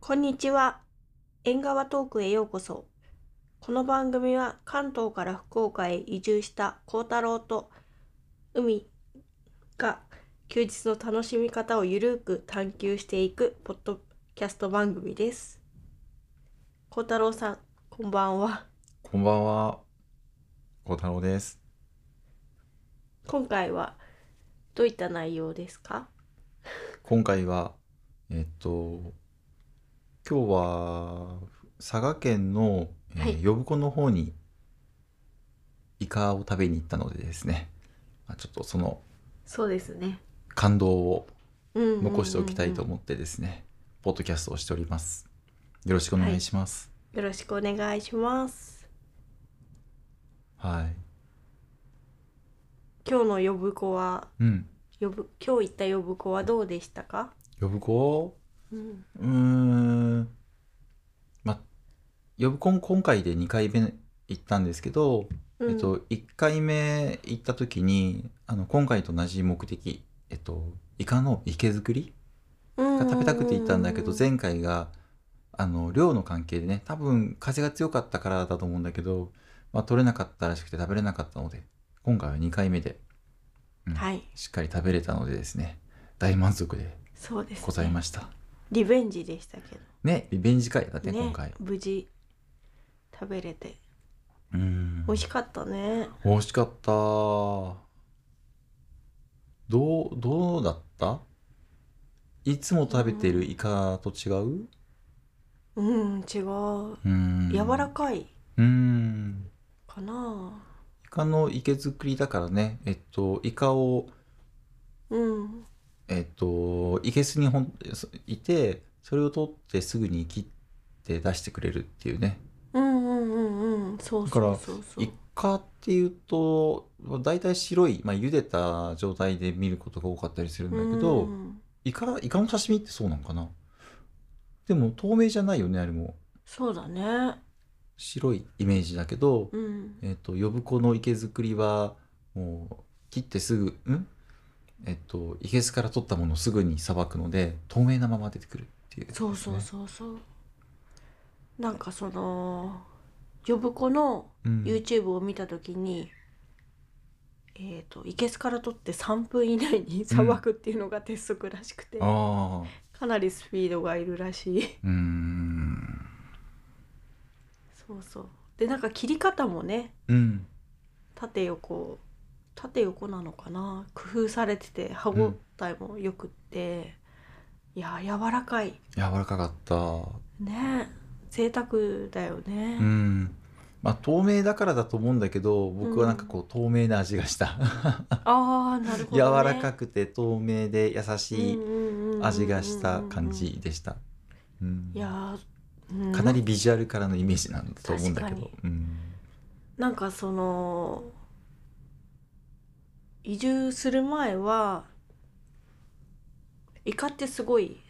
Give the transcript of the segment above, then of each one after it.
こんにちは。縁側トークへようこそ。この番組は関東から福岡へ移住した幸太郎と海が休日の楽しみ方をゆるーく探求していくポッドキャスト番組です。幸太郎さん、こんばんは。こんばんは。小太郎です。今回はどういった内容ですか今回は、えっと、今日は佐賀県の、えーはい呼子の方にイカを食べに行ったのでですね、まあ、ちょっとそのそうですね。感動をうん残しておきたいとうんうん思ってですね、ポッドキャストをしております。よろしくお願いします。うん。よろしくお願いします。はい。今日の呼ぶ子はうん。呼ぶ今日行った呼ぶ子はどうでしたか、呼子うん、うーん。ま、呼子今回で2回目行ったんですけど、えっと、1回目行った時にあの今回と同じ目的、えっと、イカの池作りうんが食べたくて行ったんだけど前回があの量の関係でね多分風が強かったからだと思うんだけど、まあ、取れなかったらしくて食べれなかったので今回は2回目ではいしっかり食べれたのでですね大満足でそうです、ございました。リベンジでしたけねリベンジ会だどねね今回。無事食べれてうん美味しかったね美味しかったどうどうだったいつも食べてるイカと違ううん違ううん柔らかいうんかなイカの池作りだからねえっとイカをうんえっと生けすにほんそいてそれを取ってすぐに切って出してくれるっていうねうんうんうんうんそうそうそうそうイカっていうと大体白い、まあ、茹でた状態で見ることが多かったりするんだけど、うんイカイカの刺身ってそうなのかなでも透明じゃないよねあれもそうだね白いイメージだけど、うんえっと呼子の池作りはもう切ってすぐんえっと生けすから取ったものをすぐにさばくので透明なまま出てくるっていう、そうそうそうそうなんかその呼ぶ子のうん、 YouTube を見た時に、えっ、といけすから取って3分以内にさばくっていうのが鉄則らしくて、ああかなりスピードがいるらしい うーんそうそうでなんか切り方もねうん縦横縦横なのかな工夫されてて歯応えもよくって、いや柔らかい柔らかかったね贅沢だよね、うんまあ透明だからだと思うんだけど僕はなんかこう、透明な味がしたああなるほ柔ど、ね、らかくて透明で優しい、味がした感うんうんうんうんじでした。うんいやー、うんかなりビジュアルからのイメージなんだと思うんだけ確どか、うん、なんかその移住する前はイカってすごい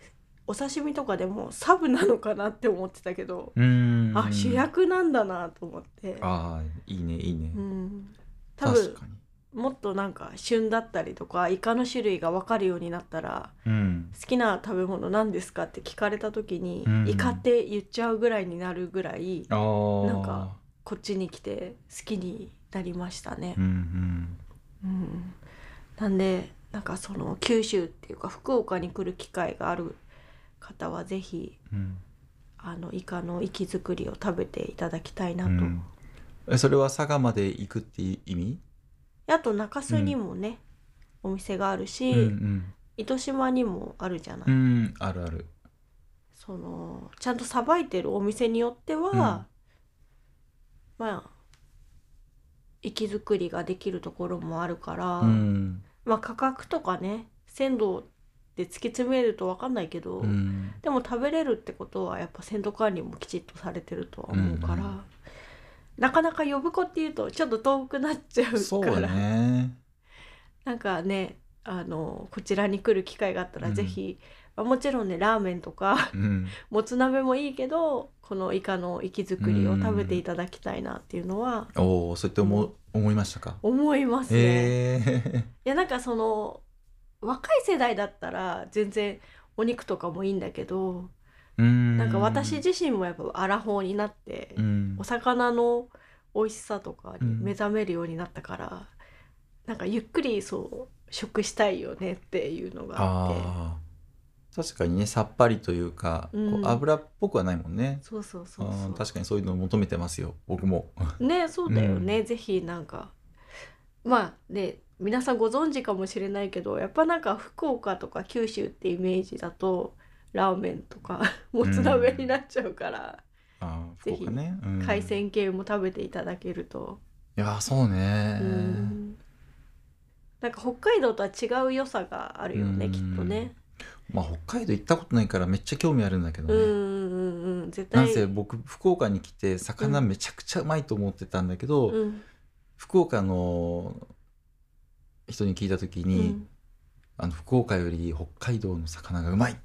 お刺身とかでもサブなのかなって思ってたけど、うんあ主役なんだなと思って、ああいいねいいね、うん、多確分かに、もっとなんか旬だったりとかイカの種類が分かるようになったらうん、好きな食べ物何ですかって聞かれた時に、うんイカって言っちゃうぐらいになるぐらいああなんかこっちに来て好きになりましたねうん。うんうん、なんでなんかその九州っていうか福岡に来る機会がある方はぜひうんあのイカの活き作りを食べていただきたいなと、うんえそれは佐賀まで行くっていう意味、あと中洲にもね、お店があるし、うん糸島にもあるじゃない、うんうんあるあるそのちゃんとさばいてるお店によっては、まあ息作りができるところもあるから、うんまあ価格とかね鮮度で突き詰めると分かんないけど、うんでも食べれるってことはやっぱ鮮度管理もきちっとされてるとは思うから、うんうんなかなか呼ぶ子っていうとちょっと遠くなっちゃうからそうねなんかねあのこちらに来る機会があったらぜひ、まあもちろんねラーメンとか うんもつ鍋もいいけどこのイカの活き作りを食べていただきたいなっていうのはおおそうやって思,、思いましたか思いますね。へえいやなんかその若い世代だったら全然お肉とかもいいんだけど うんなんか私自身もやっぱアラフォーになって、うんお魚の美味しさとかにうん目覚めるようになったから、なんかゆっくりそう食したいよねっていうのがあってあー確かにねさっぱりというか、こううん油っぽくはないもんねそうそうそううんそ確かにそういうのを求めてますよ僕もうねそうだよね、ぜひなんかまあね皆さんご存知かもしれないけどやっぱなんか福岡とか九州ってイメージだとラーメンとかもつ鍋になっちゃうから、あーぜ福ひ岡ね、うん海い鮮系も食べていただけると、やーそうねうんなんか北海道とは違う良さがあるよね、うんきっとね。まあ北海道行ったことないからめっちゃ興味あるんだけどうね、んうんうんうん絶な対んせ僕福岡に来て魚うんめちゃくちゃうまいと思ってたんだけど、うん福岡の人に聞いた時うに、んあの福岡より北海道の魚がうまいっ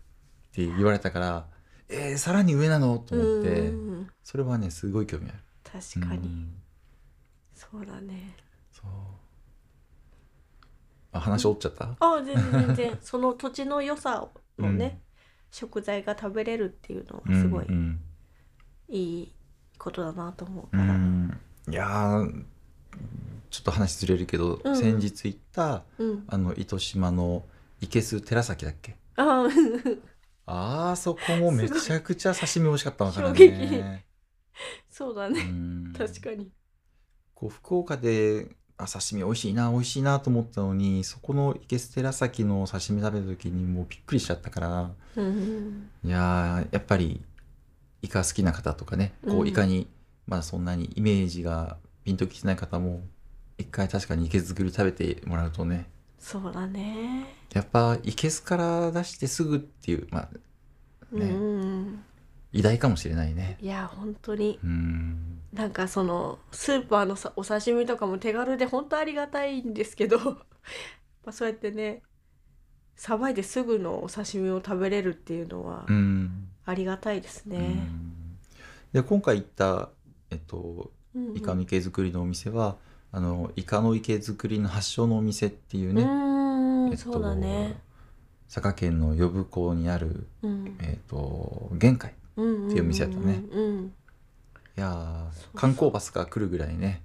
て言われたからえー、さらに上なのと思っうんうて、んうんそれはねすごい興味ある確かに、うんそうだねそうあ話折っちゃったあ全然全 然その土地の良さのね、食材が食べれるっていうのはすごいうんうんいいことだなと思ううから、んいやーちょっと話ずれるけど、うん先日行ったうんあの糸島のいけす寺崎だっけあー あーそこもめちゃくちゃ刺身美味しかったのからすごい衝ね。そうだね、うん確かにこう福岡であ刺身美味しいな美味しいなと思ったのにそこのいけす寺崎の刺身食べた時にもうびっくりしちゃったからうんいやーやっぱりイカ好きな方とかねこうんうイカに、まだそんなにイメージがピンときてない方も一回確かにいけすぐり食べてもらうとねそうだねやっぱいけすから出してすぐっていう、まあ、うんねうん偉大かもしれないね。いや本当にうんなんかそのスーパーのさお刺身とかも手軽で本当ありがたいんですけど まあそうやってねさばいてすぐのお刺身を食べれるっていうのはうんありがたいですうね。んで今回行った、えっと、うんうんイカの池作りのお店は、あのイカの池作りの発祥のお店っていううね、ーんえっとそうだね。佐賀県の呼子にある、うんえっと、玄海っていう店だったねうんいやーそうそう観光バスが来るぐらいね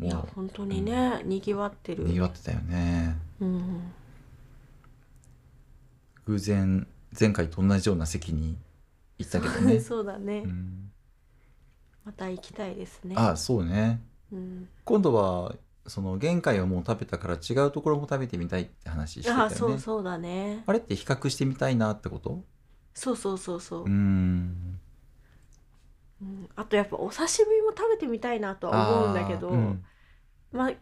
いやも本当にねにぎわってうる。にぎわってたよねうん偶然前回と同じような席に行ったけどうん ね、そうだねう。ん、また行きたいですね。ああそうねうん今度はその玄海はもう食べたから違うところも食べてみたいって話してたよねあそうそうだね。あれって比較してみたいなってことそうそうそうそううー。んうんあとやっぱお刺身も食べてみたいなとは思うんだけど、あーうんまあ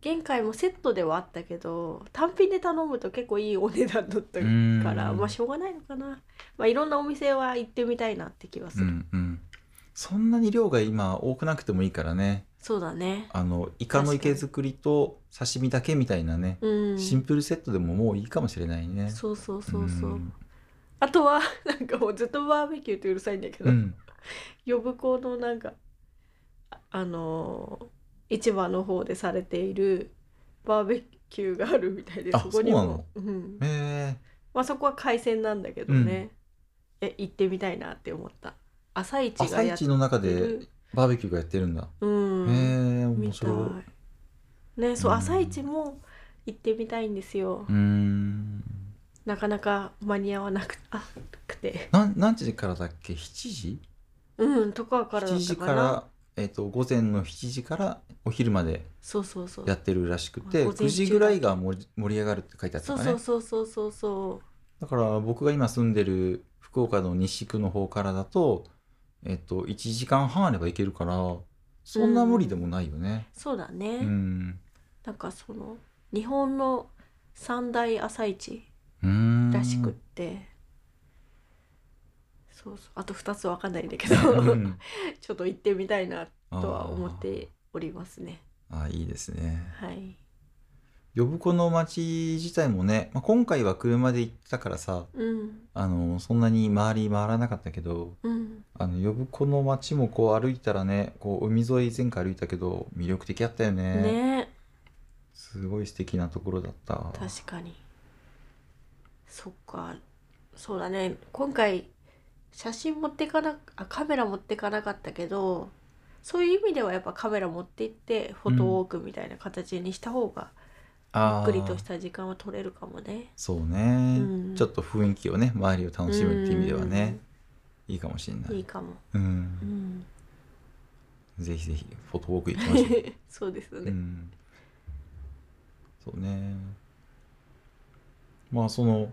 玄海もセットではあったけど単品で頼むと結構いいお値段だったうかーんら、まあしょうがないのかな、まあ、いろんなお店は行ってみたいなって気はすうる、んうんそんなに量が今多くなくてもいいからねそうだねあのイカの池作りと刺身だけみたいなね、うんシンプルセットでももういいかもしれないねそうそうそうそう、んあとはなんかもうずっとバーベキューってうるさいんだけど、うん呼ぶ子のなんかああのー市場の方でされているバーベキューがあるみたいであそこにもそうなのうん、えまあそこは海鮮なんだけどね、え行ってみたいなって思った朝市ー、が朝やって一の中でるバーベキューがやってるんだ、うん、へえ面みたい白いいねそう、うん朝市も行ってみたいんですよ、うーんなかなか間に合わなくあくてなん何時からだっけ7時うんとかからだ ?7 った時かかなら、えっと午前の7時からお昼までそうそうそうやってるらしくて午前中9時ぐらいが盛り盛り上がるって書いてあったそうからそうねそうそうそうそだから僕が今住んでる福岡の西区の方からだとえっと1時間半あれば行けるからそんな無理でもないよねうそうだね、うんなんかその日本の三大朝市うーんらしくって、そうそうあと2つわかんないんだけどうんちょっと行ってみたいなあーとは思っておりますね。あいいですねはい。呼子の町自体もね、まあ、今回は車で行ったからさうん。あのそんなに回り回らなかったけどうん。あの呼子の町もこう歩いたらねこう海沿い前回歩いたけど魅力的だったよねすごい素敵なところだった。確かに。そっか。そうだね。今回写真持ってかなあカメラ持ってかなかったけどそういう意味ではやっぱカメラ持って行ってフォトウォークみたいな形にした方がゆあっーくりとした時間は取れるかもね。そうね、うんちょっと雰囲気をね周りを楽しむっていう意味ではね、いいかもしれなうん。いいいかも。うんうん、ぜひぜひフォトウォーク行きましょ そうですう、ね。うん、そうねまあその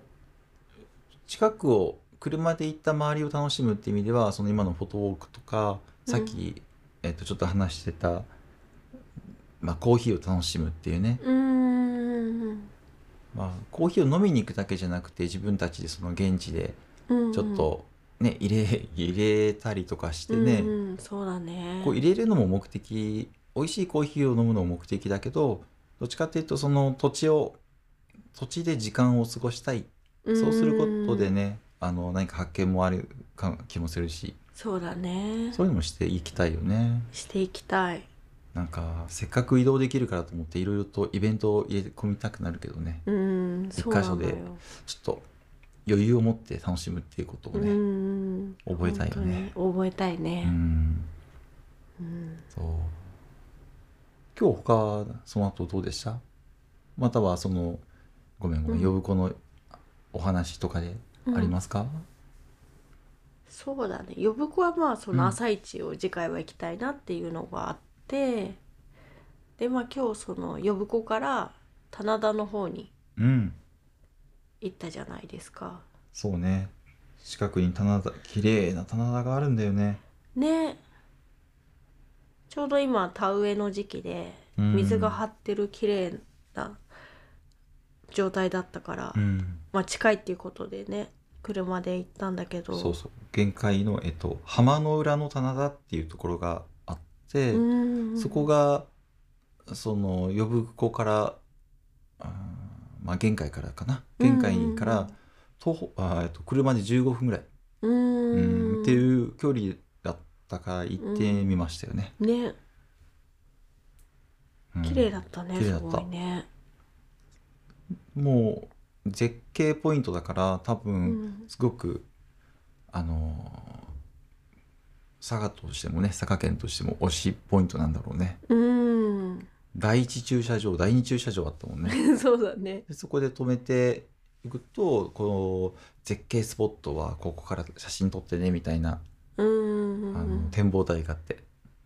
近くを車で行った周りを楽しむっていう意味ではその今のフォトウォークとかさっき、えっと、ちょっと話してた、まあ、コーヒーを楽しむっていうね、うーん。まあ、コーヒーを飲みに行くだけじゃなくて自分たちでその現地でうんちょっとね、入れ入れたりとかしてね、うんうん、そうだね。こう入れるのも目的美味しいコーヒーを飲むのも目的だけどどっちかっていうとその土地を土地で時間を過ごしたいそうすることでうん。ねあの何か発見もあるか気もするしそうだね。そういうのもしていきたいよねしていきたい。なんかせっかく移動できるからと思っていろいろとイベントを入れ込みたくなるけどねうん、そうなの一よ箇。ちょっと余裕を持って楽しむっていうことをうね、ん。覚えたい本よね当に覚えたいうね。んうん。そう今日他その後どうでしたまたはそのごめんごめうんん呼ぶ子のお話とかでありますか、そうだね呼子はまあそうんの朝一を次回は行きたいなっていうのがあって、でまあ今日その呼子から棚田の方にうん、行ったじゃないですか。そうね近くに棚田綺麗な棚田があるんだよねねちょうど今田植えの時期でうん水が張ってる綺麗な状態だったから、うんまあ近いっていうことでね車で行ったんだけどそうそう限界のえっと浜の裏の棚田っていうところがあって、うんそこがその呼ぶ子からあーまあ限界からかな限界うかんうんうらん徒歩あーえっと車で15分ぐらいうんうんっていう距離だったから行ってみましたよね。ねうん綺麗だったね、綺麗だすったごいね。もう絶景ポイントだから多分うんすごく、あのー佐賀としてもね佐賀県としても推しポイントなんだろうね。うん、第一駐車場第二駐車場あったもん ね。そうだね。でそこで止めていくとこの絶景スポットはここから写真撮ってねみたいな、うんうんあうのん、展望台があって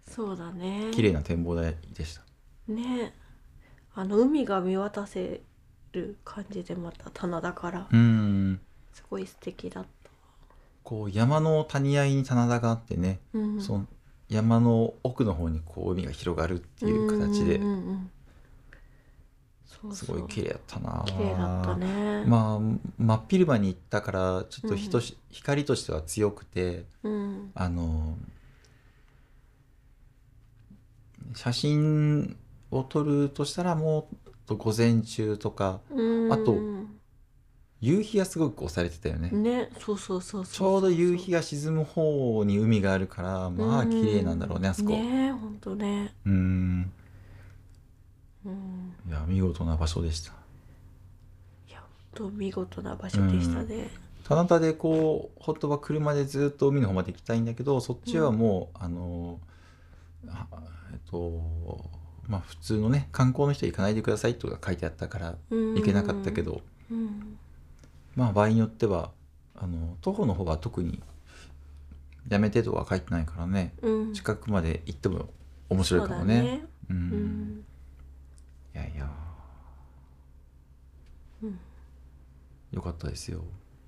そうだね。綺麗な展望台でした。ね、あの海が見渡せる感じでまた棚田からうんすごい素敵だった。こう山の谷あいに棚田があってね、うん、その山の奥の方にこう海が広がるっていう形でうんうんうんそうすそごうい綺麗だったな綺麗だったね。まあ真っ昼間に行ったからちょっと日とし、う光としては強くてうん、あの写真を撮るとしたらもう午前中とかうんあと夕日がすごく押されてたよね、ね、そうそうそうそうちょうど夕日が沈む方に海があるからまあうん綺麗なんだろうねあそこね、本当ね。うんうん、いや見事な場所でしたいや、本当見事な場所でしたね。棚田でこう本当は車でずっと海の方まで行きたいんだけどそっちはもう、あのあえっとまあ普通のね観光の人は行かないでくださいとか書いてあったからうん、行けなかったけど、うん、まあ場合によってはあの徒歩の方は特にやめてとは書いてないからねうん、近くまで行っても面白いかもね。そうだねうんうん、いやいや、うんよかったですよ。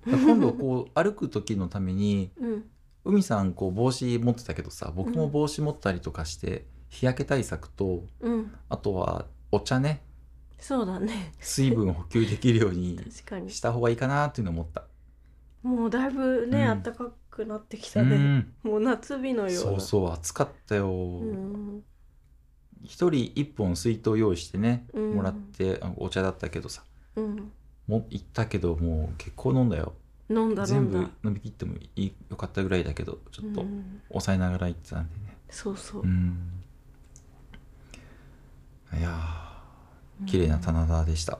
今度こう歩く時のためにうん、海さんこう帽子持ってたけどさ僕も帽子持ったりとかして、日焼け対策とうん、あとはお茶ねそうだね。水分補給できるように 確かに。した方がいいかなっていうのを思った。もうだいぶね、うん暖かくなってきうたね。ん、もう夏日のような。そうそう暑かったよ。うん、一人一本水筒用意してね、うんもらってあお茶だったけどさうん、も行ったけどもう結構飲んだよ飲んだ飲全んだ。部飲み切ってもいいよかったぐらいだけどちょっうとん、抑えながら行ってたんでねそうそうう。んいやー綺麗な棚田でした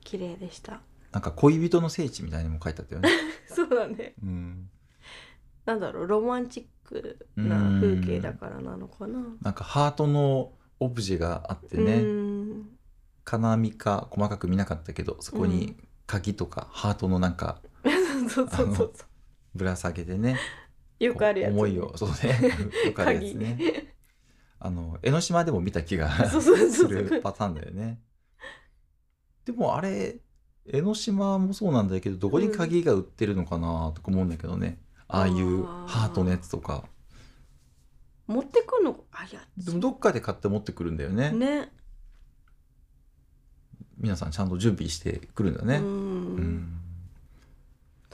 綺麗でした。 なんか恋人の聖地みたいにも書いてあったよねそうだね。うんなんだろうロマンチックな風景だからなのかな。なんかハートのオブジェがあってうねん 金網か細かく見なかったけどそこに鍵とかハートのなんかそうそうそうそう。ぶら下げてねよくあるやつ。思いをそ うねよくあるやつね鍵あの江ノ島でも見た 気がそうそうそう するパターンだよねでもあれ江ノ島もそうなんだけどどこに鍵が売ってるのかなとか思うんだけどね、ああいうあーハートのやつとか持ってくんのあいやでもどっかで買って持ってくるんだよねね皆さんちゃんと準備してくるんだうね、うんん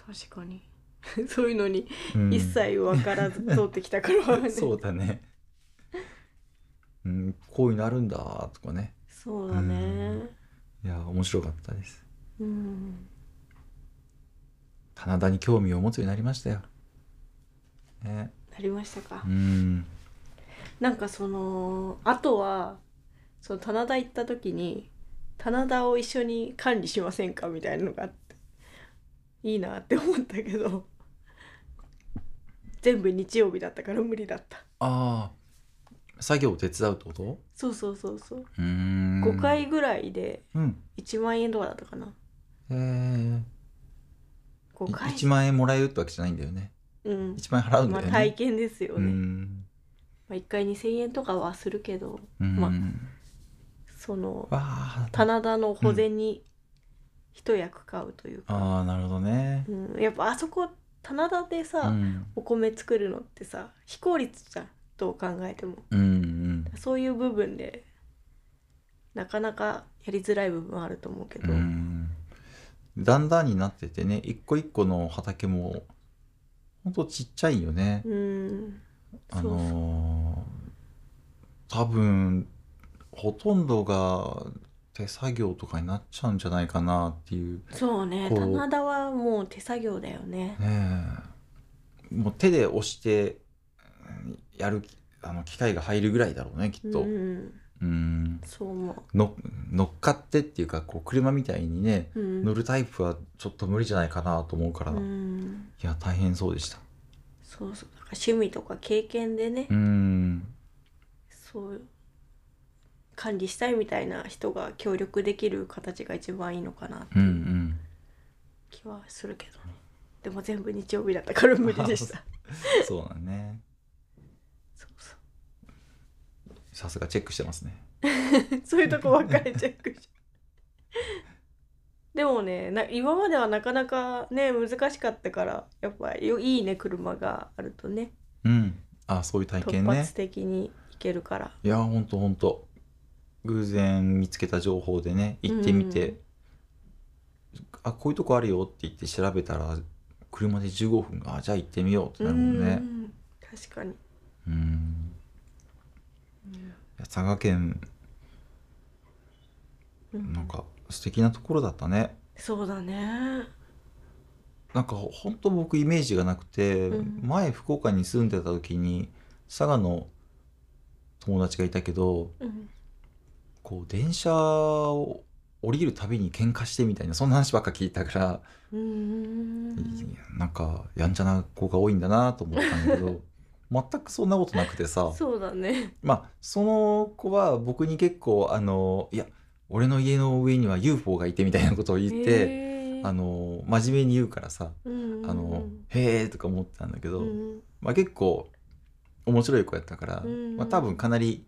確かに そういうのにうん一切分からず通ってきたからね そうだねうんこういうのあるんだとかねそうだねいや面白かったですうん棚田に興味を持つようになりましたよねなりましたかうんなんかそのあとはその棚田行った時に棚田を一緒に管理しませんかみたいなのがあっていいなって思ったけど全部日曜日だったから無理だったああ作業を手伝うってことそうそうそうそううーん5回ぐらいでうん1万円とかだったかなえー、 5回1万円もらえるってわけじゃないんだよねうん1万円払うんまだあよね、体験ですようね、んまあ、1回2,000円とかはするけどうん、まあわそのあ棚田の保全に一役買うというか、ああなるほどね、うんやっぱあそこ棚田でさ、うん、お米作るのってさ非効率じゃんどう考えてもうんうんそういう部分でなかなかやりづらい部分はあると思うけど、うんだんだんになっててね一個一個の畑もほんとちっちゃいよね、うんあそうそうのー多分ほとんどが手作業とかになっちゃうんじゃないかなっていうそうねこう棚田はもう手作業だよねねえもう手で押してうんやるあの機械が入るぐらいだろうねきっと、ううんんそう思の乗っかってっていうかこう車みたいにねう、うん、乗るタイプはちょっと無理じゃないかなと思うから、ういんや大変そうでしたそうそうだから趣味とか経験でね、うんそう管理したいみたいな人が協力できる形が一番いいのかなってうんういうん気はするけどね、でも全部日曜日だったから無理でしたそうだねそうそさすがチェックしてますねう そういうとこばっかりチェックし でもねな今まではなかなかね難しかったからやっぱよいいね車があるとねうんあそういう体突験ね発的にいけるから、いやほんとほんと偶然見つけた情報でね行ってみて、あこういうとこあるよって言って調べたら車で15分あじゃあ行ってみようってなるもんねうん確かに、うんいや佐賀県うんなんか素敵なところだったねそうだねなんかほんと僕イメージがなくて、うん前福岡に住んでた時に佐賀の友達がいたけどうんこう電車を降りるたびに喧嘩してみたいなそんな話ばっか聞いたから、うーんなんかやんちゃな子が多いんだなと思ったんだけ ど全くそんなことなくてさそうだねまあその子は僕に結構あのいや俺の家の上には UFO がいてみたいなことを言って、へーあの真面目に言うからさうん「うんあのへえ」とか思ってたんだけうど、んまあ、結構面白い子やったから、うんまあ、多分かなり、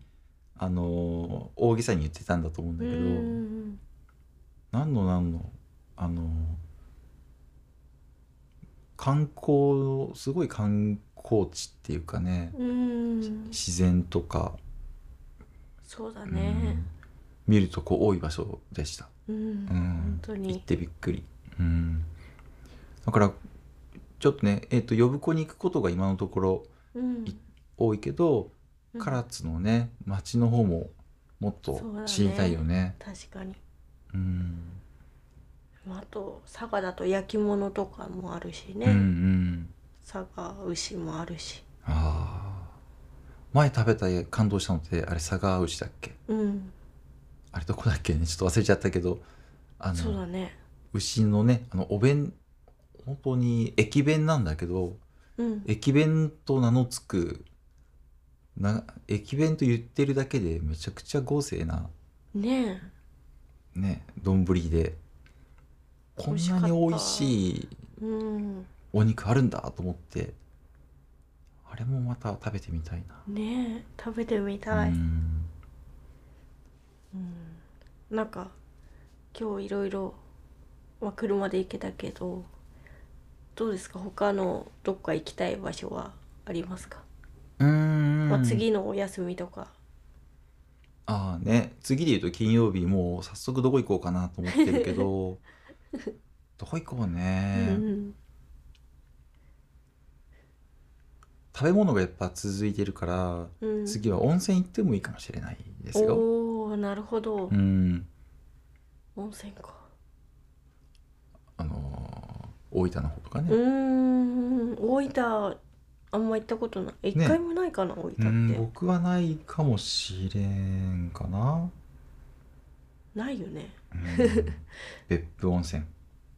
あの大げさに言ってたんだと思うんだけど。うん何の何のあの観光すごい観光地っていうかね、うん自然とか、そうだうねん見るとこ多い場所でしたうんうん本当行っにてびっくり、うん、だからちょっとねえっ、と呼子に行くことが今のところうんい多いけど、うん唐津のね町の方ももっとそうだね知りたいよね確かにうんまああと佐賀だと焼き物とかもあるしうんうねん佐賀牛もあるしああ前食べた感動したのってあれ佐賀牛だっけうんあれどこだっけねちょっと忘れちゃったけどあそうのだね牛のねあのお弁本当に駅弁なんだけどううん駅弁と名の付くな駅弁と言ってるだけでめちゃくちゃ豪勢なねね丼でこんなに美味しいえうんお肉あるんだと思ってあれもまた食べてみたいな。ねえ食べてみたい、ううんんなんか今日いろいろ、まあ、車で行けたけどどうですか他のどっか行きたい場所はありますか、うーんまあ、次のお休みとかああね次で言うと金曜日もう早速どこ行こうかなと思ってるけ どどこ行こうね、うん食べ物がやっぱ続いてるからうん、次は温泉行ってもいいかもしれないですよ。おおなるほど、うん温泉かあのー大分の方とかうーんね、大分あんま行ったことない一回もないかな、大う分ん、って僕はないかもしれんかな、ないよねうん 別府温泉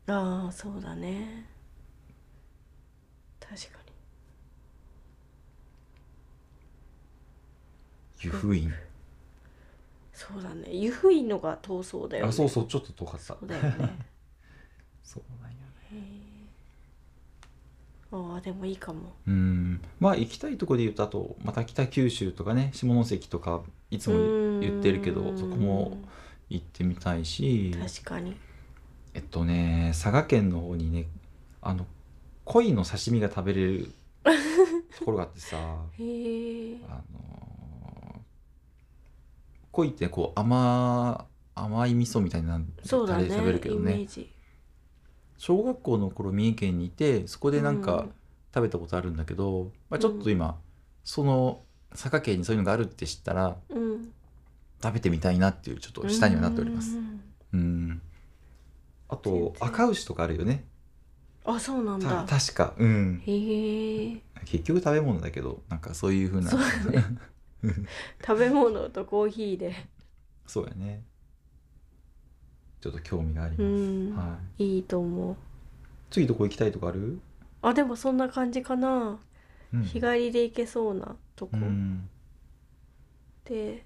ああそうだね確か湯布院にそうだね湯布院のが遠そうだよねあそうそうちょっと遠かったそうだよねそうなんやねへえああでもいいかもうんまあ行きたいとこで言うとあとまた北九州とかね下関とかいつも言ってるけうーどんそこも行ってみたいし確かにえっとね佐賀県の方にねあの鯉の刺身が食べれる ところがあってさへえあのー鯉ってこう甘甘い味噌みたいなそうだタレねで食べるけどイメねージ小学校の頃三重県にいてそこでなんか、食べたことあるんだけど、まあ、ちょっと今、その佐賀県にそういうのがあるって知ったらうんうん、食べてみたいなっていうちょっと下にはなっておりますう。んうんあと全然赤牛とかあるよねあそうなんただ確かうんへえ結局食べ物だけどなんかそういうふうなそうだねうん食べ物とコーヒーで そうやねちょっと興味がありうます、ん、はい、い、いと思う次どこ行きたいとかある、あでもそんな感じかな、うん日帰りで行けそうなとこ、うんで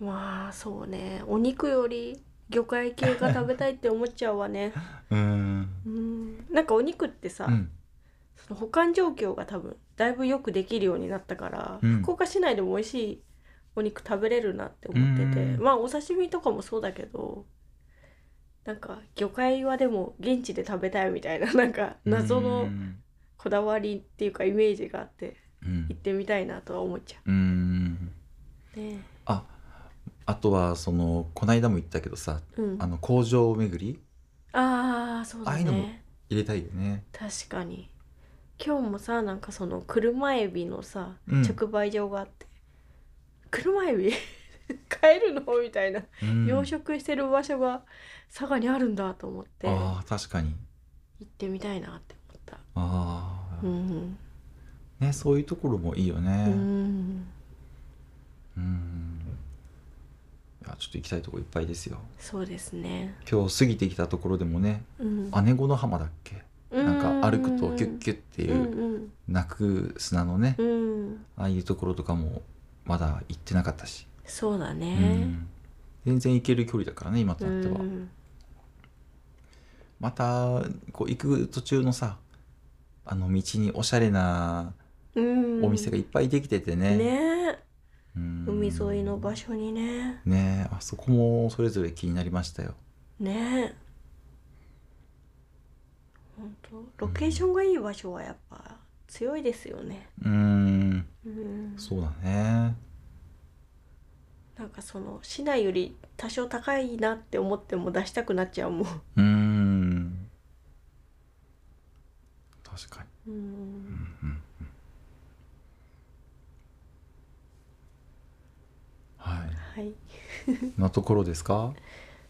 まあそうねお肉より魚介系が食べたいって思っちゃうわねうんうんなんかお肉ってさ、うんその保管状況が多分だいぶよくできるようになったから、うん福岡市内でも美味しいお肉食べれるなって思ってて、うんまあお刺身とかもそうだけどなんか魚介はでも現地で食べたいみたいな なんか謎うのんこだわりっていうかイメージがあってうん行ってみたいなとは思っちゃうんうね。ああとはそのこないだも言ったけどさうん、ああの工場巡りあーそうあだあいうのもね入れたいよね確かに今日もさなんかその車エビのさ、うん直売所があって車エビ 買えるのみたいなうん養殖してる場所が佐賀にあるんだと思って行ああ確かにってみたいなって思ったああ、うんねそういうところもいいようねうんんいやちょっと行きたいとこいっぱいですよそうですね今日過ぎてきたところでもねうん姉子の浜だっけなんか歩くとキュッュキュッってていう泣く砂のねうんうんああいうところとかもまだ行ってなかったし、そうだねうん全然行ける距離だからね今となってはう。んまたこう行く途中のさあの道におしゃれなうんお店がいっぱいできててね,、ねうん海沿いの場所にねねあそこもそれぞれ気になりましたよね本当ロケーションがいい場所はやっぱ強いですよねうーんうんそうだねなんかその市内より多少高いなって思っても出したくなっちゃうもんうーん確かにうんはいはいそんなところですか、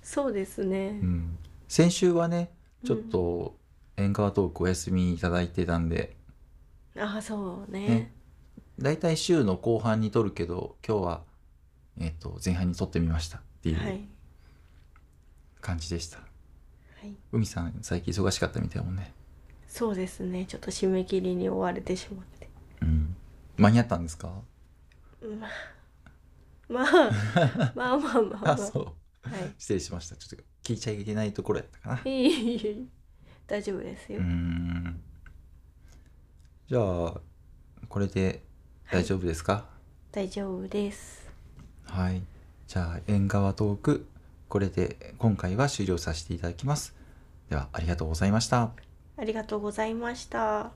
そうですねうん、先週はねちょっと縁側トークお休みいただいてたんで、あそうねねだいたい週の後半に撮るけど今日は、えっと前半に撮ってみましたっていはいう感じでした、はい海さん最近忙しかったみたいもんねそうですねちょっと締め切りに追われてしまってうん、間に合ったんですかまあまあまあまあまあ、まああ、そうはい失礼しましたちょっと聞いちゃいけないところやったかないえいえいえ大丈夫ですよ、うーんじゃあこれで大丈夫ですか大丈夫ですはい、じゃあ縁側トークこれで今回は終了させていただきますではありがとうございましたありがとうございました